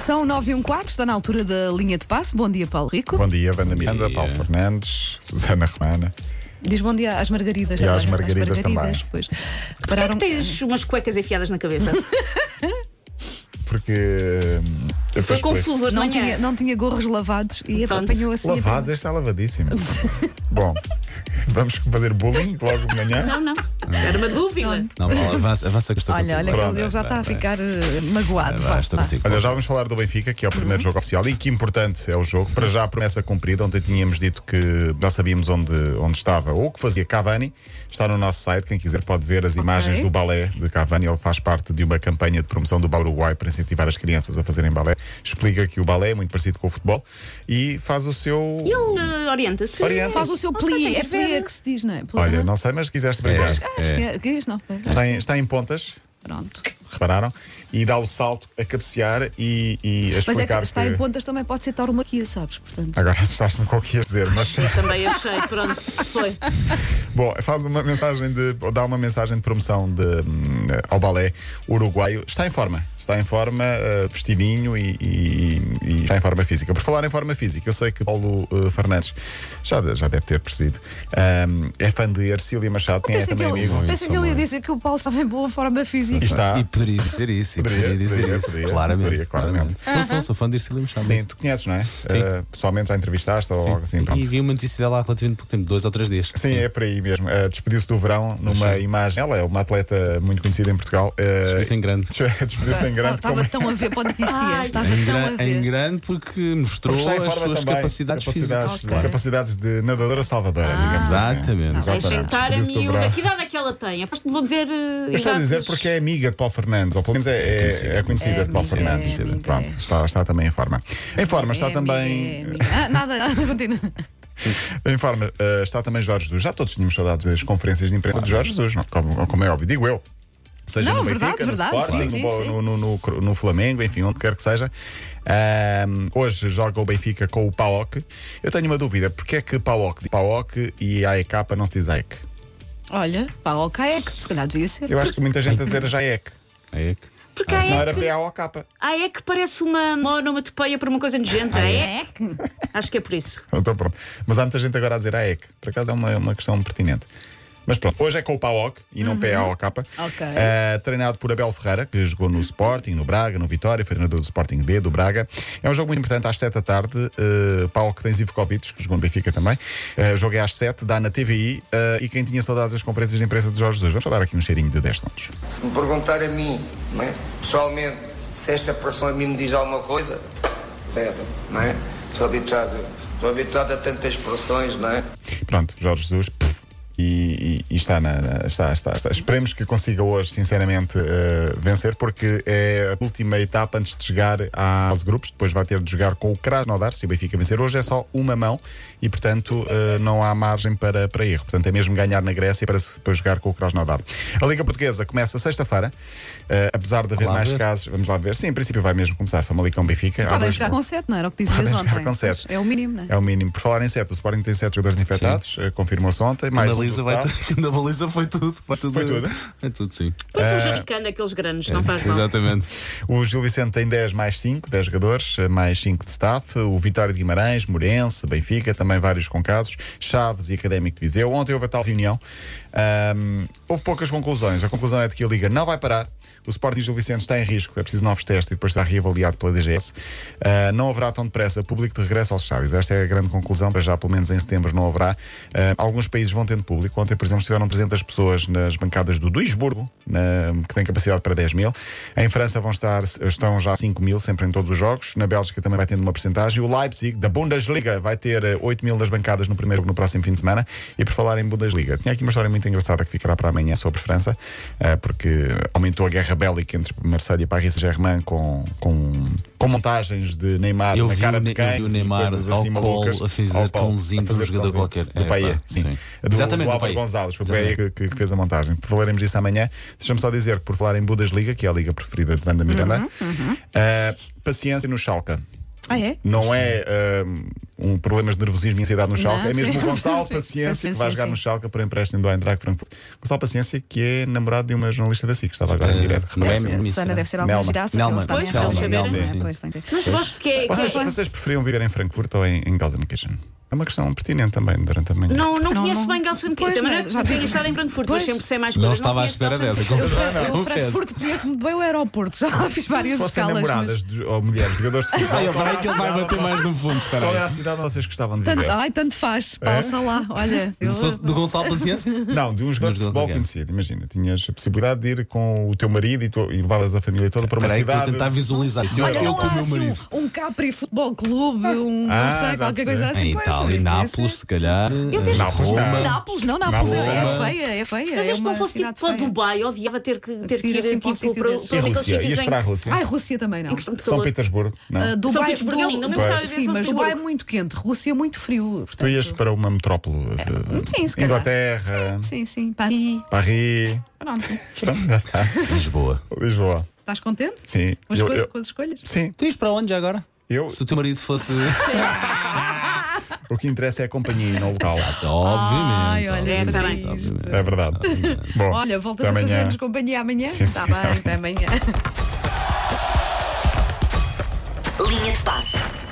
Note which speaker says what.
Speaker 1: São 9 e um quarto, está na altura da linha de passe. Bom dia, Paulo Rico.
Speaker 2: Bom dia, Wanda
Speaker 3: dia.
Speaker 2: Miranda, Paulo Fernandes, Susana Romana.
Speaker 1: Diz bom dia às Margaridas
Speaker 2: E
Speaker 1: também.
Speaker 2: às Margaridas também.
Speaker 1: Pois.
Speaker 4: Porquê é
Speaker 1: Repararam
Speaker 4: que tens umas cuecas enfiadas na cabeça?
Speaker 2: Porque. hum, eu
Speaker 4: Foi
Speaker 2: depois
Speaker 4: confuso hoje de
Speaker 1: não,
Speaker 4: manhã.
Speaker 1: tinha, não tinha gorros lavados e
Speaker 4: Pronto.
Speaker 1: apanhou assim.
Speaker 2: Lavado, este está lavadíssimo. Bom, vamos fazer bullying logo de manhã.
Speaker 4: Não, não.
Speaker 1: Ah.
Speaker 4: Era uma dúvida.
Speaker 3: Não, Paulo, avança, avança que eu estou
Speaker 1: Olha, olha,
Speaker 3: contigo.
Speaker 1: que
Speaker 2: é Pronto, É,
Speaker 1: ele ele já
Speaker 2: vai,
Speaker 1: está a
Speaker 2: vai.
Speaker 1: ficar eh, magoado.
Speaker 3: Vá,
Speaker 1: vá,
Speaker 3: estou
Speaker 1: vá.
Speaker 3: contigo.
Speaker 2: Olha, já vamos falar do Benfica, que é o primeiro
Speaker 1: Uhum.
Speaker 2: jogo oficial e que importante é o jogo. Para já a promessa cumprida. Ontem tínhamos dito que nós sabíamos onde, onde estava ou o que fazia Cavani. Está no nosso site. Quem quiser pode ver as imagens do balé de Cavani. Ele faz parte de uma campanha de promoção do Uruguai para incentivar as crianças a fazerem balé. Explica que o balé é muito parecido com o futebol e faz o seu.
Speaker 4: E ele eh, orienta-se.
Speaker 2: Orienta-se.
Speaker 1: Faz o seu
Speaker 4: Não sei, tem
Speaker 1: plié.
Speaker 4: que
Speaker 1: É plié
Speaker 4: ver.
Speaker 1: que se diz, não é? Plié.
Speaker 2: Olha, não sei, mas quiseste brilhar.
Speaker 3: É.
Speaker 1: Acho que é. que é isso, não, foi?
Speaker 2: Está, em, está em pontas,
Speaker 1: Pronto. é
Speaker 2: repararam? E dá o salto a cabecear e, e a
Speaker 1: Mas é que
Speaker 2: explicar Ah,
Speaker 1: está em pontas também pode ser tauromaquia, sabes? Portanto.
Speaker 2: Agora estás-me com o que ia dizer, mas
Speaker 4: Também achei, pronto, foi.
Speaker 2: bom, faz uma mensagem de. dá uma mensagem de promoção de, hum, ao balé uruguaio. Está em forma, está em forma, eh, de vestidinho e, e- e está em forma física. Por falar em forma física, eu sei que Paulo eh, Fernandes já, de- já deve ter percebido. hum, é fã de Ercília Machado, quem é
Speaker 1: Pensei que,
Speaker 2: também
Speaker 1: ele,
Speaker 2: amigo.
Speaker 1: pensei que ele ia dizer que o Paulo estava em boa forma física.
Speaker 2: Está.
Speaker 3: E poderia dizer isso, e
Speaker 2: Poderia,
Speaker 3: poderia, dizer
Speaker 2: poderia,
Speaker 3: isso.
Speaker 2: poderia,
Speaker 3: claramente.
Speaker 2: poderia, claramente.
Speaker 3: Sou, sou, sou fã de Ercília Machado.
Speaker 2: Sim, tu conheces, não é? Eh, pessoalmente já entrevistaste ou algo assim, pronto.
Speaker 3: E vi uma notícia dela há relativamente pouco tempo, dois ou três dias.
Speaker 2: Sim, é por aí mesmo. Eh, Despediu-se do verão numa imagem. Ela é uma atleta muito conhecida em Portugal. Eh,
Speaker 3: Despediu-se em grande.
Speaker 2: Despediu-se em é grande.
Speaker 1: Estava
Speaker 2: como-
Speaker 1: tão a ver para onde é que isto ia.
Speaker 4: Ai,
Speaker 1: Estava
Speaker 3: Em,
Speaker 1: tão a
Speaker 3: gran- em
Speaker 1: ver.
Speaker 3: grande porque mostrou
Speaker 2: Então, Porque está em
Speaker 3: as
Speaker 2: forma
Speaker 3: suas
Speaker 2: também.
Speaker 3: capacidades,
Speaker 2: capacidades,
Speaker 3: físicas.
Speaker 1: Ok.
Speaker 2: capacidades de nadadora salvadora, digamos assim.
Speaker 3: Exatamente.
Speaker 2: Exatamente.
Speaker 4: Sem sentar a
Speaker 2: Despediu-se do
Speaker 4: miúda.
Speaker 2: verão.
Speaker 4: Que idade é que ela tem? Aposto que vou dizer. eh,
Speaker 2: Eu estou a dizer porque é amiga de Paulo Fernandes, ou pelo menos é, é-
Speaker 3: conhecida.
Speaker 2: é conhecida
Speaker 1: É
Speaker 2: de Paulo
Speaker 1: amiga,
Speaker 2: Fernandes.
Speaker 1: é amiga,
Speaker 2: Pronto,
Speaker 1: é.
Speaker 2: está, está também em forma. Em forma está
Speaker 1: É,
Speaker 2: também. eh,
Speaker 1: amiga, é, amiga. Ah, nada, nada, continua.
Speaker 2: Em forma, eh, está também Jorge Jesus. Já todos tínhamos saudades das conferências de imprensa de Jorge Jesus, não? Como, como é óbvio, digo eu. Seja
Speaker 1: Não,
Speaker 2: no
Speaker 1: verdade,
Speaker 2: Benfica,
Speaker 1: verdade,
Speaker 2: no Sporting,
Speaker 1: sim, sim,
Speaker 2: no, Bo-
Speaker 1: sim.
Speaker 2: no- no- no- no Flamengo, enfim, onde quer que seja. Ahm, hoje joga o Benfica com o PAOC. Eu tenho uma dúvida, porque é que PAOC, diz PAOC e AEK não se diz AEK?
Speaker 1: Olha, pá, ok, é que se calhar devia ser.
Speaker 2: Eu acho que muita gente a dizer já AEK.
Speaker 3: É que-
Speaker 4: Porque
Speaker 2: Se não
Speaker 4: a
Speaker 2: era
Speaker 4: EC,
Speaker 2: PAOK.
Speaker 4: a EC é parece uma monomatopeia para uma coisa
Speaker 2: Ah,
Speaker 4: nojenta. É?
Speaker 1: É que.
Speaker 4: Acho que é por isso.
Speaker 2: Então pronto. Mas há muita gente agora a dizer AEC. Por acaso é uma, uma questão pertinente. Mas pronto, hoje é com o PAOC e não PAOK.
Speaker 1: Ok.
Speaker 2: Eh, treinado por Abel Ferreira, que jogou no Sporting, no Braga, no Vitória, foi treinador do Sporting B, do Braga. É um jogo muito importante às 7 da tarde. eh, PAOK tem Zivkovic, que jogou no Benfica também. Eh, o jogo é às 7, dá na TVI. eh, e quem tinha saudades das conferências de imprensa de Jorge Jesus, vamos só dar aqui um cheirinho de 10 segundos.
Speaker 5: Se me perguntar a mim, não é? pessoalmente, se esta pressão a mim me diz alguma coisa, zero, não é? Estou habituado, estou habituado a tantas pressões, não é?
Speaker 2: Pronto, Jorge Jesus. pff, e, e- e está, na, na- está, está, está. Esperemos que consiga hoje, sinceramente, eh, vencer, porque é a última etapa antes de chegar à fase de grupos. Depois vai ter de jogar com o Krasnodar, se o Benfica vencer. Hoje é só uma mão e, portanto, eh, não há margem para, para erro. Portanto, é mesmo ganhar na Grécia para se- depois jogar com o Krasnodar. A Liga Portuguesa começa sexta-feira, eh, apesar de haver
Speaker 3: lá
Speaker 2: mais
Speaker 3: ver.
Speaker 2: casos. Vamos lá ver. Sim, em princípio vai mesmo começar. Famalicão-Benfica. Há
Speaker 1: Podem
Speaker 2: dois-
Speaker 1: jogar com 7, não era o que
Speaker 2: Podem
Speaker 1: dizias
Speaker 2: jogar
Speaker 1: ontem.
Speaker 2: com sete.
Speaker 1: É o mínimo, não é?
Speaker 2: É o mínimo. Por falar em 7, o Sporting tem 7 jogadores infectados, eh, confirmou-se ontem. Mais
Speaker 3: Na
Speaker 2: um do
Speaker 3: baliza, vai
Speaker 2: staff.
Speaker 3: tudo, na baliza foi tudo. Vai tudo.
Speaker 2: Foi tudo?
Speaker 3: É tudo, sim.
Speaker 4: Parece
Speaker 2: Ah.
Speaker 4: um jericano daqueles grandes,
Speaker 2: É,
Speaker 4: não faz mal.
Speaker 3: Exatamente.
Speaker 2: O Gil Vicente tem 10 mais 5, 10 jogadores, eh, mais 5 de staff. O Vitória de Guimarães, Morense, Benfica, também vários com casos. Chaves e Académico de Viseu. Ontem houve a tal reunião. Ahm, houve poucas conclusões. A conclusão é de que a Liga não vai parar. O Sporting Gil Vicente está em risco. É preciso novos testes e depois será reavaliado pela DGS. Ah, não haverá tão depressa público de regresso aos estádios. Esta é a grande conclusão. Para já, pelo menos em setembro, não haverá. Ah, alguns países vão tendo público. Ontem, por exemplo, estiveram presentes as pessoas nas bancadas do Duisburgo, na- que tem capacidade para 10 mil. Em França vão estar, estão já 5 mil, sempre em todos os jogos. Na Bélgica também vai tendo uma porcentagem. O Leipzig, da Bundesliga, vai ter 8 mil das bancadas no primeiro jogo no próximo fim de semana. E por falar em Bundesliga, tinha aqui uma história muito engraçada que ficará para amanhã sobre França, eh, porque aumentou a guerra bélica entre Marselha e Paris Saint-Germain com, com, com montagens de Neymar
Speaker 3: Eu
Speaker 2: na
Speaker 3: vi
Speaker 2: cara
Speaker 3: o Ne-
Speaker 2: de
Speaker 3: eu
Speaker 2: cães
Speaker 3: vi o
Speaker 2: e
Speaker 3: Neymar
Speaker 2: coisas
Speaker 3: ao
Speaker 2: assim
Speaker 3: colo
Speaker 2: malucas.
Speaker 3: a fazer
Speaker 2: Ao colo,
Speaker 3: cãozinho
Speaker 2: a
Speaker 3: de um
Speaker 2: fazer
Speaker 3: jogador
Speaker 2: cãozinho.
Speaker 3: qualquer.
Speaker 2: Do
Speaker 3: É,
Speaker 2: Paia,
Speaker 3: pá,
Speaker 2: sim.
Speaker 3: sim.
Speaker 2: Do,
Speaker 3: Exatamente,
Speaker 2: do
Speaker 3: do
Speaker 2: Álvaro
Speaker 3: Payet.
Speaker 2: Gonzalez, foi o
Speaker 3: Exatamente.
Speaker 2: Paia que, que fez a montagem. Falaremos disso amanhã. Deixa-me só dizer que, por falar em Bundesliga, que é a liga preferida de
Speaker 1: Uhum,
Speaker 2: Wanda Miranda, eh, paciência no Schalke.
Speaker 1: Ah, é?
Speaker 2: Não é eh, um problemas de nervosismo e ansiedade no Schalke. É mesmo
Speaker 1: sim.
Speaker 2: o Gonçalo
Speaker 1: Sim,
Speaker 2: Paciência, que
Speaker 1: paciência,
Speaker 2: vai jogar
Speaker 1: sim.
Speaker 2: no Schalke para empréstimo do Eintracht Frankfurt. Gonçalo Paciência, que é namorado de uma jornalista da SIC, que estava agora em
Speaker 3: Eh,
Speaker 2: direto.
Speaker 3: não é
Speaker 2: Repara.
Speaker 3: mesmo isso,
Speaker 1: Susana
Speaker 3: né?
Speaker 1: deve ser alguma
Speaker 2: Nelma.
Speaker 1: giraça. que
Speaker 3: Nelma,
Speaker 1: eles têm-
Speaker 4: pois, Nelma,
Speaker 1: eles
Speaker 4: Nelma,
Speaker 1: sabem,
Speaker 3: sim.
Speaker 1: Pois, tem que
Speaker 4: Mas
Speaker 1: ser.
Speaker 4: gosto que é. que
Speaker 2: Vocês,
Speaker 4: é-
Speaker 2: vocês preferiam viver em Frankfurt ou em, em Gelsenkirchen? É uma questão pertinente também durante a manhã.
Speaker 4: Não, não,
Speaker 1: Não,
Speaker 4: conheço
Speaker 1: não-
Speaker 4: bem Gelsenkirchen.
Speaker 1: Pois,
Speaker 4: Também
Speaker 1: não,
Speaker 4: não,
Speaker 1: já
Speaker 4: já tenho
Speaker 1: tive-
Speaker 4: estado em Frankfurt, mas
Speaker 1: Pois.
Speaker 4: sempre sei mais
Speaker 3: Não
Speaker 4: coisas.
Speaker 3: estava à
Speaker 4: conheço
Speaker 3: espera dessa.
Speaker 4: Gelsenkirchen.
Speaker 1: Eu, eu
Speaker 3: confesso.
Speaker 1: Frankfurt conheço muito bem o aeroporto, já lá fiz
Speaker 2: Se
Speaker 1: várias
Speaker 2: fossem
Speaker 1: escalas.
Speaker 2: namoradas de- ou mulheres de jogadores de futebol.
Speaker 3: Ai, ele
Speaker 2: qual era
Speaker 3: vai,
Speaker 2: a
Speaker 3: que ele vai
Speaker 2: cidade-
Speaker 3: bater mais no fundo. Espera
Speaker 2: Qual era a
Speaker 3: aí.
Speaker 2: cidade onde vocês gostavam de
Speaker 1: Tanto,
Speaker 2: viver?
Speaker 1: ai, tanto faz,
Speaker 2: É?
Speaker 1: passa lá, olha. eu-
Speaker 3: Se fosse do Gonçalo Paciência?
Speaker 2: Não, de um jogador de
Speaker 3: Mas do-
Speaker 2: futebol
Speaker 3: ok.
Speaker 2: conhecido. Imagina, tinhas a possibilidade de ir com o teu marido e, tu, e levavas a família toda para uma
Speaker 3: Espera aí que estou a
Speaker 2: cidade.
Speaker 3: tentar visualizar. Se
Speaker 1: Olha,
Speaker 3: eu, eu
Speaker 1: não
Speaker 3: com o
Speaker 1: há
Speaker 3: meu
Speaker 1: assim
Speaker 3: marido.
Speaker 1: um, um Capri Futebol Clube, um
Speaker 2: Ah,
Speaker 1: não sei, qualquer
Speaker 2: já percebi.
Speaker 1: coisa assim.
Speaker 3: Em
Speaker 1: pois,
Speaker 3: Itália,
Speaker 1: olha,
Speaker 3: em Nápoles,
Speaker 1: conheces?
Speaker 3: se calhar.
Speaker 4: Eu vejo-
Speaker 2: Nápoles,
Speaker 3: Roma.
Speaker 2: não.
Speaker 1: Nápoles, não, Nápoles
Speaker 2: Nápoles,
Speaker 1: é, é
Speaker 2: não.
Speaker 1: feia, é feia.
Speaker 4: Uma
Speaker 1: é
Speaker 4: vez que
Speaker 1: uma
Speaker 4: não fosse
Speaker 1: cidade
Speaker 4: tipo para
Speaker 1: feia.
Speaker 4: Dubai, odiava ter que, ter que
Speaker 1: Prefiro
Speaker 4: ir
Speaker 1: assim para um
Speaker 4: tipo
Speaker 1: sítio
Speaker 4: para,
Speaker 1: desses.
Speaker 2: E
Speaker 4: para
Speaker 2: a
Speaker 4: aqueles
Speaker 2: Rússia?
Speaker 4: sítios
Speaker 2: Ias
Speaker 4: em-
Speaker 2: para a Rússia?
Speaker 1: Ai, Rússia também não.
Speaker 4: em É que está muito
Speaker 2: São
Speaker 4: calor.
Speaker 2: Petersburgo? Não.
Speaker 1: Ah, Dubai,
Speaker 4: São Petersburgo é lindo, não
Speaker 1: Dubai-
Speaker 4: vamos lá ver
Speaker 1: sim,
Speaker 4: São
Speaker 1: mas Dubai é
Speaker 4: Petersburgo.
Speaker 1: muito quente, Rússia é muito frio.
Speaker 2: Tu
Speaker 1: portanto-
Speaker 2: ias Ah. para uma metrópole. eh,
Speaker 1: É, Sim, se calhar.
Speaker 2: Inglaterra,
Speaker 1: Sim, sim, Paris.
Speaker 2: Paris.
Speaker 1: Pronto.
Speaker 2: Pronto, já está.
Speaker 3: Lisboa.
Speaker 2: Lisboa.
Speaker 1: Estás contente?
Speaker 2: Sim.
Speaker 1: Com as,
Speaker 2: Eu-
Speaker 1: coisas,
Speaker 2: eu-
Speaker 1: com as escolhas?
Speaker 2: Sim,
Speaker 3: Tu ires para onde já agora?
Speaker 2: eu,
Speaker 3: Se o teu marido fosse.
Speaker 2: o que interessa é a companhia e não o local.
Speaker 3: Obviamente.
Speaker 1: olha,
Speaker 3: obviamente,
Speaker 1: tá bem.
Speaker 3: obviamente.
Speaker 2: É verdade. Bom,
Speaker 1: Olha, voltas
Speaker 2: até
Speaker 1: a
Speaker 2: amanhã.
Speaker 1: fazer-nos companhia amanhã? Tá
Speaker 2: Sim,
Speaker 1: Está
Speaker 2: sim.
Speaker 1: bem, até amanhã.
Speaker 6: Linha de passe.